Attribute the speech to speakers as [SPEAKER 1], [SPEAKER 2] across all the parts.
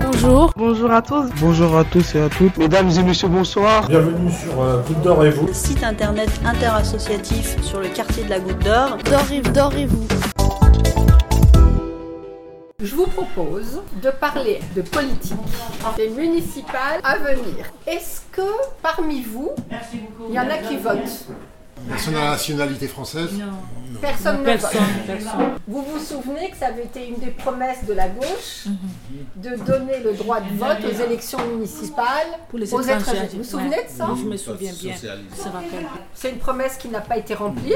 [SPEAKER 1] Bonjour.
[SPEAKER 2] Bonjour à tous.
[SPEAKER 3] Bonjour à tous et à toutes.
[SPEAKER 4] Mesdames et messieurs, bonsoir.
[SPEAKER 5] Bienvenue sur euh, Goutte d'Or et vous.
[SPEAKER 6] Le site internet interassociatif sur le quartier de la Goutte d'Or.
[SPEAKER 1] D'or et vous.
[SPEAKER 7] Je vous propose de parler de politique des municipales à venir. Est-ce que parmi vous, il y en a qui votent
[SPEAKER 8] Personne à la nationalité française
[SPEAKER 7] Personne ne vote. Vous vous souvenez que ça avait été une des promesses de la gauche de donner le droit de vote aux élections municipales
[SPEAKER 9] Pour les
[SPEAKER 7] aux
[SPEAKER 9] étrangers.
[SPEAKER 7] étrangers. Vous vous souvenez de ça
[SPEAKER 9] Je me souviens bien. Je me rappelle.
[SPEAKER 7] C'est une promesse qui n'a pas été remplie.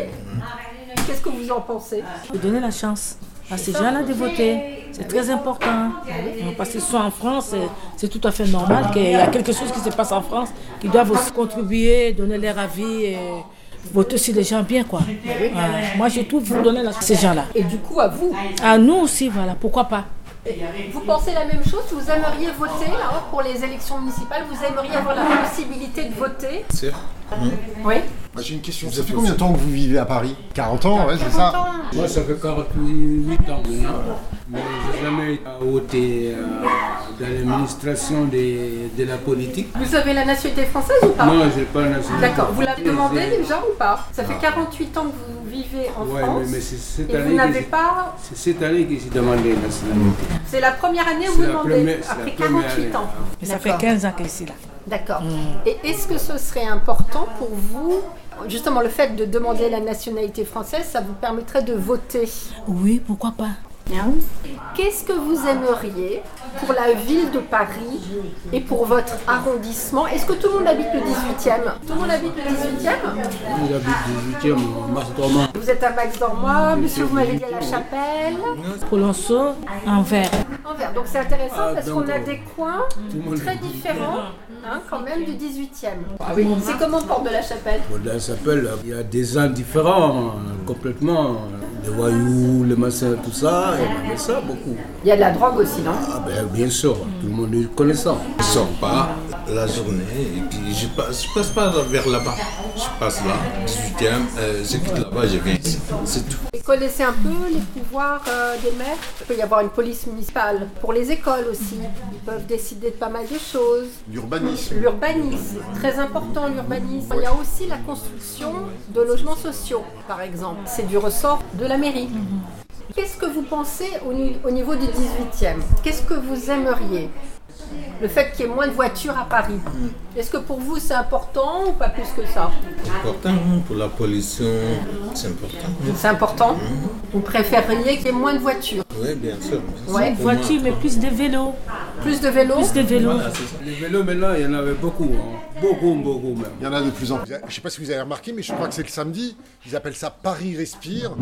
[SPEAKER 7] Qu'est-ce que vous en pensez
[SPEAKER 9] Faut donner la chance à ces gens-là de voter.
[SPEAKER 7] Ah
[SPEAKER 9] C'est très important. Parce que soit en France, c'est- c'est tout à fait normal qu'il y a quelque chose qui se passe en France, qu'ils doivent aussi contribuer, donner leur avis et voter sur les gens bien, quoi.
[SPEAKER 7] Ah
[SPEAKER 9] Ouais. Moi, je trouve vous donner la chance à ces gens-là.
[SPEAKER 7] Et du coup, à vous,
[SPEAKER 9] À nous aussi, voilà. Pourquoi pas
[SPEAKER 7] Vous pensez la même chose Vous aimeriez voter là, pour les élections municipales Vous aimeriez avoir la possibilité de voter Oui.
[SPEAKER 8] Bah, J'ai une question. Ça fait combien de temps que vous vivez à Paris 40 ans, ouais, c'est ça
[SPEAKER 10] Moi, ça fait 48 ans maintenant, mais je n'ai jamais voté euh, dans l'administration de, de la politique.
[SPEAKER 7] Vous avez la nationalité française ou pas
[SPEAKER 10] Non, je n'ai pas la nationalité.
[SPEAKER 7] Ah. D'accord. Vous l'avez demandé
[SPEAKER 10] Mais-
[SPEAKER 7] déjà ou pas Ça fait 48 ans que vous vivez en
[SPEAKER 10] Ouais,
[SPEAKER 7] France
[SPEAKER 10] mais, mais c'est cette
[SPEAKER 7] et vous
[SPEAKER 10] année que
[SPEAKER 7] n'avez
[SPEAKER 10] j'ai-
[SPEAKER 7] pas.
[SPEAKER 10] c'est cette année que j'ai demandé la nationalité.
[SPEAKER 7] C'est la première année où
[SPEAKER 10] C'est
[SPEAKER 7] vous
[SPEAKER 10] la
[SPEAKER 7] demandez
[SPEAKER 10] première- c'est la
[SPEAKER 7] après
[SPEAKER 10] première
[SPEAKER 7] 48 ans.
[SPEAKER 10] année.
[SPEAKER 9] Et ça fait
[SPEAKER 7] D'accord.
[SPEAKER 9] 15 ans qu'elle est ici, là.
[SPEAKER 7] D'accord. Et est-ce que ce serait important pour vous Justement, le fait de demander la nationalité française, ça vous permettrait de voter.
[SPEAKER 9] Oui, pourquoi pas
[SPEAKER 7] Qu'est-ce que vous aimeriez pour la ville de Paris et pour votre arrondissement Est-ce que tout le monde habite le 18e Tout le monde habite le 18e
[SPEAKER 10] J'habite 18e, Masterman.
[SPEAKER 7] Vous êtes à Max Dormois, monsieur, vous m'avez dit à la chapelle.
[SPEAKER 9] Polonceau, Anvers.
[SPEAKER 7] Envers. Donc c'est intéressant
[SPEAKER 10] Ah,
[SPEAKER 7] parce
[SPEAKER 10] donc,
[SPEAKER 7] qu'on a
[SPEAKER 10] euh,
[SPEAKER 7] des coins
[SPEAKER 10] le monde
[SPEAKER 7] très
[SPEAKER 10] est
[SPEAKER 7] différents. hein, quand même du 18e. C'est comment Port de la Chapelle
[SPEAKER 10] Là, ça s'appelle, il y a des gens différents, complètement. Les voyous, les machins, tout ça, et mais ça, beaucoup.
[SPEAKER 7] Il y a de la drogue aussi, non
[SPEAKER 10] Ah ben, bien sûr, tout le monde est connaissant.
[SPEAKER 11] Je sors pas la journée et puis je passe, je passe pas vers là-bas. Je passe là, 18e, euh, je quitte là-bas, je viens ici. C'est tout.
[SPEAKER 7] Et connaissez un peu les pouvoirs euh, des maires Il peut y avoir une police municipale pour les écoles aussi. Ils peuvent décider de pas mal de choses.
[SPEAKER 8] L'urbanisme.
[SPEAKER 7] L'urbanisme, très important l'urbanisme. Il y a aussi la construction de logements sociaux, par exemple. C'est du ressort de la mairie.
[SPEAKER 9] Mhm.
[SPEAKER 7] Qu'est-ce que vous pensez au, ni- au niveau du 18e Qu'est-ce que vous aimeriez Le fait qu'il y ait moins de voitures à Paris. Est-ce que pour vous c'est important ou pas plus que ça
[SPEAKER 11] C'est important pour la pollution, c'est important.
[SPEAKER 7] C'est important Vous préféreriez qu'il y ait moins de voitures
[SPEAKER 11] Oui, bien sûr. bien sûr.
[SPEAKER 7] Ouais.
[SPEAKER 11] Pour moi,
[SPEAKER 9] Voiture, mais plus de vélos.
[SPEAKER 7] Plus de vélos
[SPEAKER 9] Plus de vélos.
[SPEAKER 11] voilà, c'est ça.
[SPEAKER 10] Les vélos, maintenant, il y en avait beaucoup, hein. beaucoup, beaucoup même.
[SPEAKER 8] Il y en a de plus en plus. Je sais pas si vous avez remarqué, mais je crois que c'est le samedi. Ils appellent ça Paris Respire.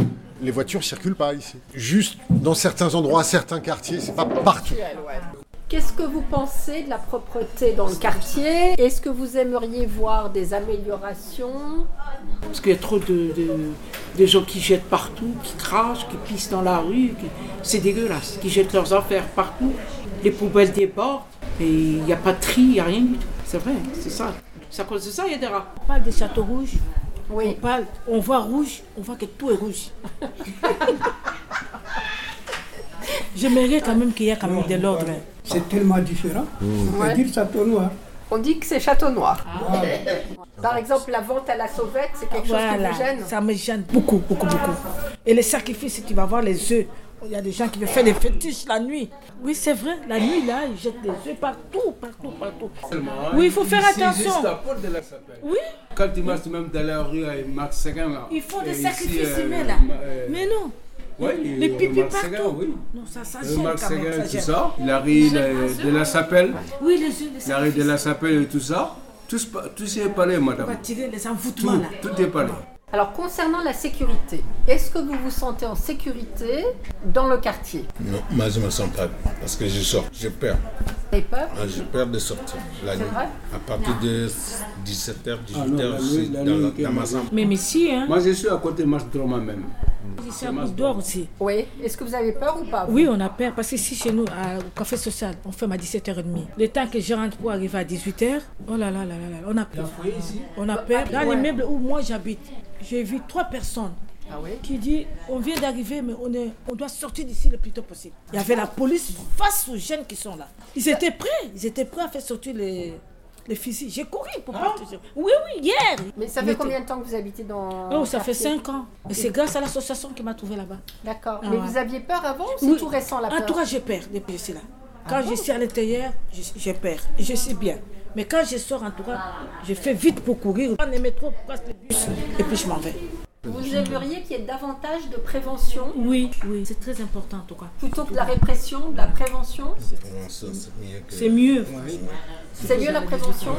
[SPEAKER 8] Les voitures circulent pas ici. Juste dans certains endroits, certains quartiers, c'est pas partout.
[SPEAKER 7] Qu'est-ce que vous pensez de la propreté dans le quartier Est-ce que vous aimeriez voir des améliorations
[SPEAKER 12] Parce qu'il y a trop de, de- de gens qui jettent partout, qui crachent, qui pissent dans la rue. qui- C'est dégueulasse. Qui jettent leurs affaires partout. Les poubelles débordent. Et il n'y a pas de tri, il n'y a rien du tout. C'est vrai, c'est ça. C'est à cause de ça, il y a des rats.
[SPEAKER 9] On parle des châteaux rouges.
[SPEAKER 7] Oui.
[SPEAKER 9] On parle, on voit rouge, on voit que tout est rouge. J'aimerais quand même qu'il y ait quand même de l'ordre.
[SPEAKER 12] C'est tellement différent. On va dire ça au noir.
[SPEAKER 7] On dit que c'est Château Noir. Par exemple, la vente à la sauvette, c'est quelque chose
[SPEAKER 9] Voilà,
[SPEAKER 7] qui vous gêne.
[SPEAKER 9] ça me gêne beaucoup, beaucoup, beaucoup. Et les sacrifices, tu vas voir les œufs. Il y a des gens qui veulent faire des fétiches la nuit. Oui, c'est vrai, la nuit, là, ils jettent des œufs partout, partout, partout. Oui, il faut faire
[SPEAKER 10] Ici,
[SPEAKER 9] attention.
[SPEAKER 10] juste à Porte de la Chapelle.
[SPEAKER 9] Oui,
[SPEAKER 10] Quand tu marches même dans la rue avec Marc Seguin, là.
[SPEAKER 9] ils font des
[SPEAKER 10] Et ici,
[SPEAKER 9] sacrifices
[SPEAKER 10] euh,
[SPEAKER 9] humains, là.
[SPEAKER 10] ma- euh,
[SPEAKER 9] Mais non,
[SPEAKER 10] ouais,
[SPEAKER 9] les
[SPEAKER 10] euh,
[SPEAKER 9] pipis
[SPEAKER 10] Marc Seguin,
[SPEAKER 9] partout.
[SPEAKER 10] oui.
[SPEAKER 9] Non, ça, ça
[SPEAKER 10] Euh,
[SPEAKER 9] gêne
[SPEAKER 10] Marc
[SPEAKER 9] quand même,
[SPEAKER 10] Seguin,
[SPEAKER 9] ça
[SPEAKER 10] tout
[SPEAKER 9] gêne.
[SPEAKER 10] ça. La rue de, de la Chapelle,
[SPEAKER 9] Oui, les œufs, les
[SPEAKER 10] la rue de
[SPEAKER 9] sacrifices.
[SPEAKER 10] la Chapelle et tout ça. Tout, se pa- tout est parlé,
[SPEAKER 9] On va
[SPEAKER 10] madame.
[SPEAKER 9] tirer les envoûtements,
[SPEAKER 10] Tout,
[SPEAKER 9] là.
[SPEAKER 10] tout est parlé.
[SPEAKER 7] Alors, concernant la sécurité, est-ce que vous vous sentez en sécurité dans le quartier
[SPEAKER 11] Non, moi je me sens pas bien parce que je sors, j'ai peur.
[SPEAKER 7] Vous avez peur
[SPEAKER 11] Moi, J'ai peur de sortir la nuit.
[SPEAKER 7] vrai
[SPEAKER 11] À partir de 17h,
[SPEAKER 10] Ah non,
[SPEAKER 11] 18h,
[SPEAKER 10] la
[SPEAKER 11] je
[SPEAKER 10] nuit-
[SPEAKER 11] suis
[SPEAKER 10] la
[SPEAKER 11] dans,
[SPEAKER 10] nuit,
[SPEAKER 11] la-
[SPEAKER 10] ok,
[SPEAKER 11] dans ma
[SPEAKER 10] madame.
[SPEAKER 11] chambre.
[SPEAKER 9] Mais ici, hein,
[SPEAKER 10] Moi, je suis à côté de Marc Droma même.
[SPEAKER 9] ici à Côte d'Or aussi.
[SPEAKER 7] Oui. Est-ce que vous avez peur ou pas vous
[SPEAKER 9] Oui, on a peur parce que si chez nous, à- au café social, on ferme à 17h30. Le temps que je rentre pour arriver à 18h, oh là là là là là, on a peur. On a peur. Dans l'immeuble où moi j'habite, j'ai vu trois personnes
[SPEAKER 7] Ah oui
[SPEAKER 9] qui dit on vient d'arriver, mais on, est, on doit sortir d'ici le plus tôt possible. Il y avait la police face aux jeunes qui sont là. Ils étaient prêts, ils étaient prêts à faire sortir les, les fusils. J'ai couru pour partir. Oui, oui, hier.
[SPEAKER 7] Mais ça
[SPEAKER 9] On
[SPEAKER 7] fait
[SPEAKER 9] était-
[SPEAKER 7] combien de temps que vous habitez dans.
[SPEAKER 9] Oh,
[SPEAKER 7] le
[SPEAKER 9] ça fait
[SPEAKER 7] quartier
[SPEAKER 9] 5 ans. Et c'est grâce à l'association qui m'a trouvé là-bas.
[SPEAKER 7] D'accord.
[SPEAKER 9] Ah
[SPEAKER 7] Mais
[SPEAKER 9] ouais.
[SPEAKER 7] vous aviez peur avant ou c'est
[SPEAKER 9] Oui.
[SPEAKER 7] tout récent la
[SPEAKER 9] En
[SPEAKER 7] peur Ah
[SPEAKER 9] tout cas, j'ai peur depuis que je suis là. Quand je suis à l'intérieur, je- j'ai peur. Je suis bien. Mais quand je sors, en tout cas, je fais vite pour courir. Prendre le métro, passe le bus, et puis je m'en vais.
[SPEAKER 7] Vous aimeriez qu'il y ait davantage de prévention
[SPEAKER 9] Oui, oui, c'est très important en tout cas.
[SPEAKER 7] plutôt que de la répression, de la prévention
[SPEAKER 11] Bon, ça, c'est mieux que-
[SPEAKER 9] C'est mieux.
[SPEAKER 7] C'est mieux la prévention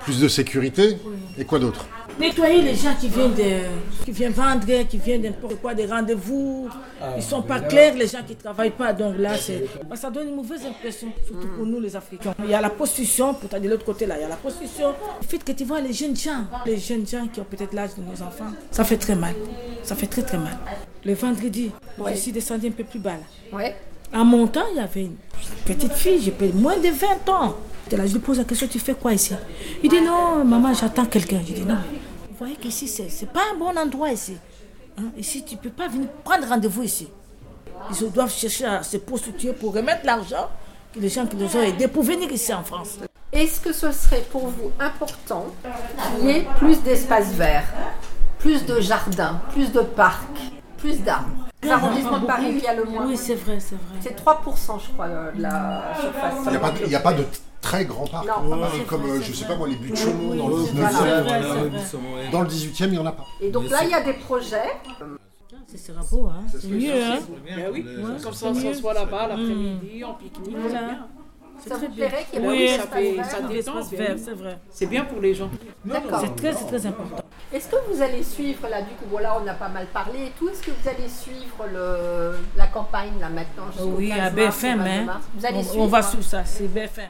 [SPEAKER 8] Plus de sécurité et quoi d'autre
[SPEAKER 9] Nettoyer les gens qui viennent de, qui viennent vendre, qui viennent n'importe quoi, des rendez-vous. Ils sont pas clairs, les gens qui travaillent pas. Donc là, c'est, bah, ça donne une mauvaise impression, surtout pour nous les Africains. Il y a la prostitution, pour t'as de l'autre côté là, il y a la prostitution. Le fait que tu vois les jeunes gens, les jeunes gens qui ont peut-être l'âge de nos enfants, ça fait très mal. Ça fait très très mal. Le vendredi, moi, je suis descendue un peu plus bas là.
[SPEAKER 7] Ouais.
[SPEAKER 9] En mon temps, il y avait une petite fille, j'ai pas- moins de 20 ans. J'étais là, je lui pose la question, tu fais quoi ici Il dit non, maman, j'attends quelqu'un. Je dis non. Vous voyez qu'ici, c'est c'est pas un bon endroit ici. Hein, Ici, tu peux pas venir prendre rendez-vous ici. Ils doivent chercher à se prostituer pour remettre l'argent que les gens qui les ont aidés pour venir ici en France.
[SPEAKER 7] Est-ce que ce serait pour vous important qu'il y ait plus d'espaces verts, plus de jardins, plus de parcs, plus d'arbres L'arrondissement de Paris, où il y a le moins.
[SPEAKER 9] Oui, c'est vrai, c'est vrai.
[SPEAKER 7] C'est 3%, je crois, euh, de la surface.
[SPEAKER 8] Il n'y a, pas de- il y a pas de t- très grand parc.
[SPEAKER 7] Non.
[SPEAKER 8] Ouais,
[SPEAKER 9] c'est
[SPEAKER 8] comme,
[SPEAKER 9] vrai,
[SPEAKER 8] euh,
[SPEAKER 9] c'est
[SPEAKER 8] je sais
[SPEAKER 9] vrai.
[SPEAKER 8] pas moi, les buts de Chaumont, dans le
[SPEAKER 9] Oui, c'est
[SPEAKER 8] 9e.
[SPEAKER 9] vrai,
[SPEAKER 11] Voilà,
[SPEAKER 9] c'est
[SPEAKER 11] oui,
[SPEAKER 9] vrai.
[SPEAKER 11] ça, ouais.
[SPEAKER 8] Dans le 18e, il n'y en a pas.
[SPEAKER 7] Et donc là, il y a des projets.
[SPEAKER 9] Ce sera beau, hein. C'est mieux, hein.
[SPEAKER 12] Ben oui,
[SPEAKER 9] Ouais.
[SPEAKER 12] comme ça, on
[SPEAKER 9] C'est mieux.
[SPEAKER 12] soit là-bas l'après-midi, en pique-nique, c'est
[SPEAKER 9] Voilà.
[SPEAKER 12] bien.
[SPEAKER 7] Ça vous
[SPEAKER 9] très bien.
[SPEAKER 7] plairait qu'il y ait
[SPEAKER 12] Oui,
[SPEAKER 7] plus
[SPEAKER 12] ça
[SPEAKER 7] d'espaces
[SPEAKER 12] fait-
[SPEAKER 7] verts
[SPEAKER 12] ça
[SPEAKER 9] Des espaces verts, c'est vrai.
[SPEAKER 12] C'est bien pour les gens.
[SPEAKER 7] D'accord.
[SPEAKER 9] C'est très, c'est très important.
[SPEAKER 7] Est-ce que vous allez suivre, là, du coup, voilà, on a pas mal parlé et tout, est-ce que vous allez suivre le, la campagne, là, maintenant, jusqu'au
[SPEAKER 9] Oui, à
[SPEAKER 7] 15 mars,
[SPEAKER 9] BFM,
[SPEAKER 7] au 22
[SPEAKER 9] hein.
[SPEAKER 7] mars Vous allez
[SPEAKER 9] on,
[SPEAKER 7] suivre
[SPEAKER 9] on va
[SPEAKER 7] hein
[SPEAKER 9] suivre ça, c'est BFM.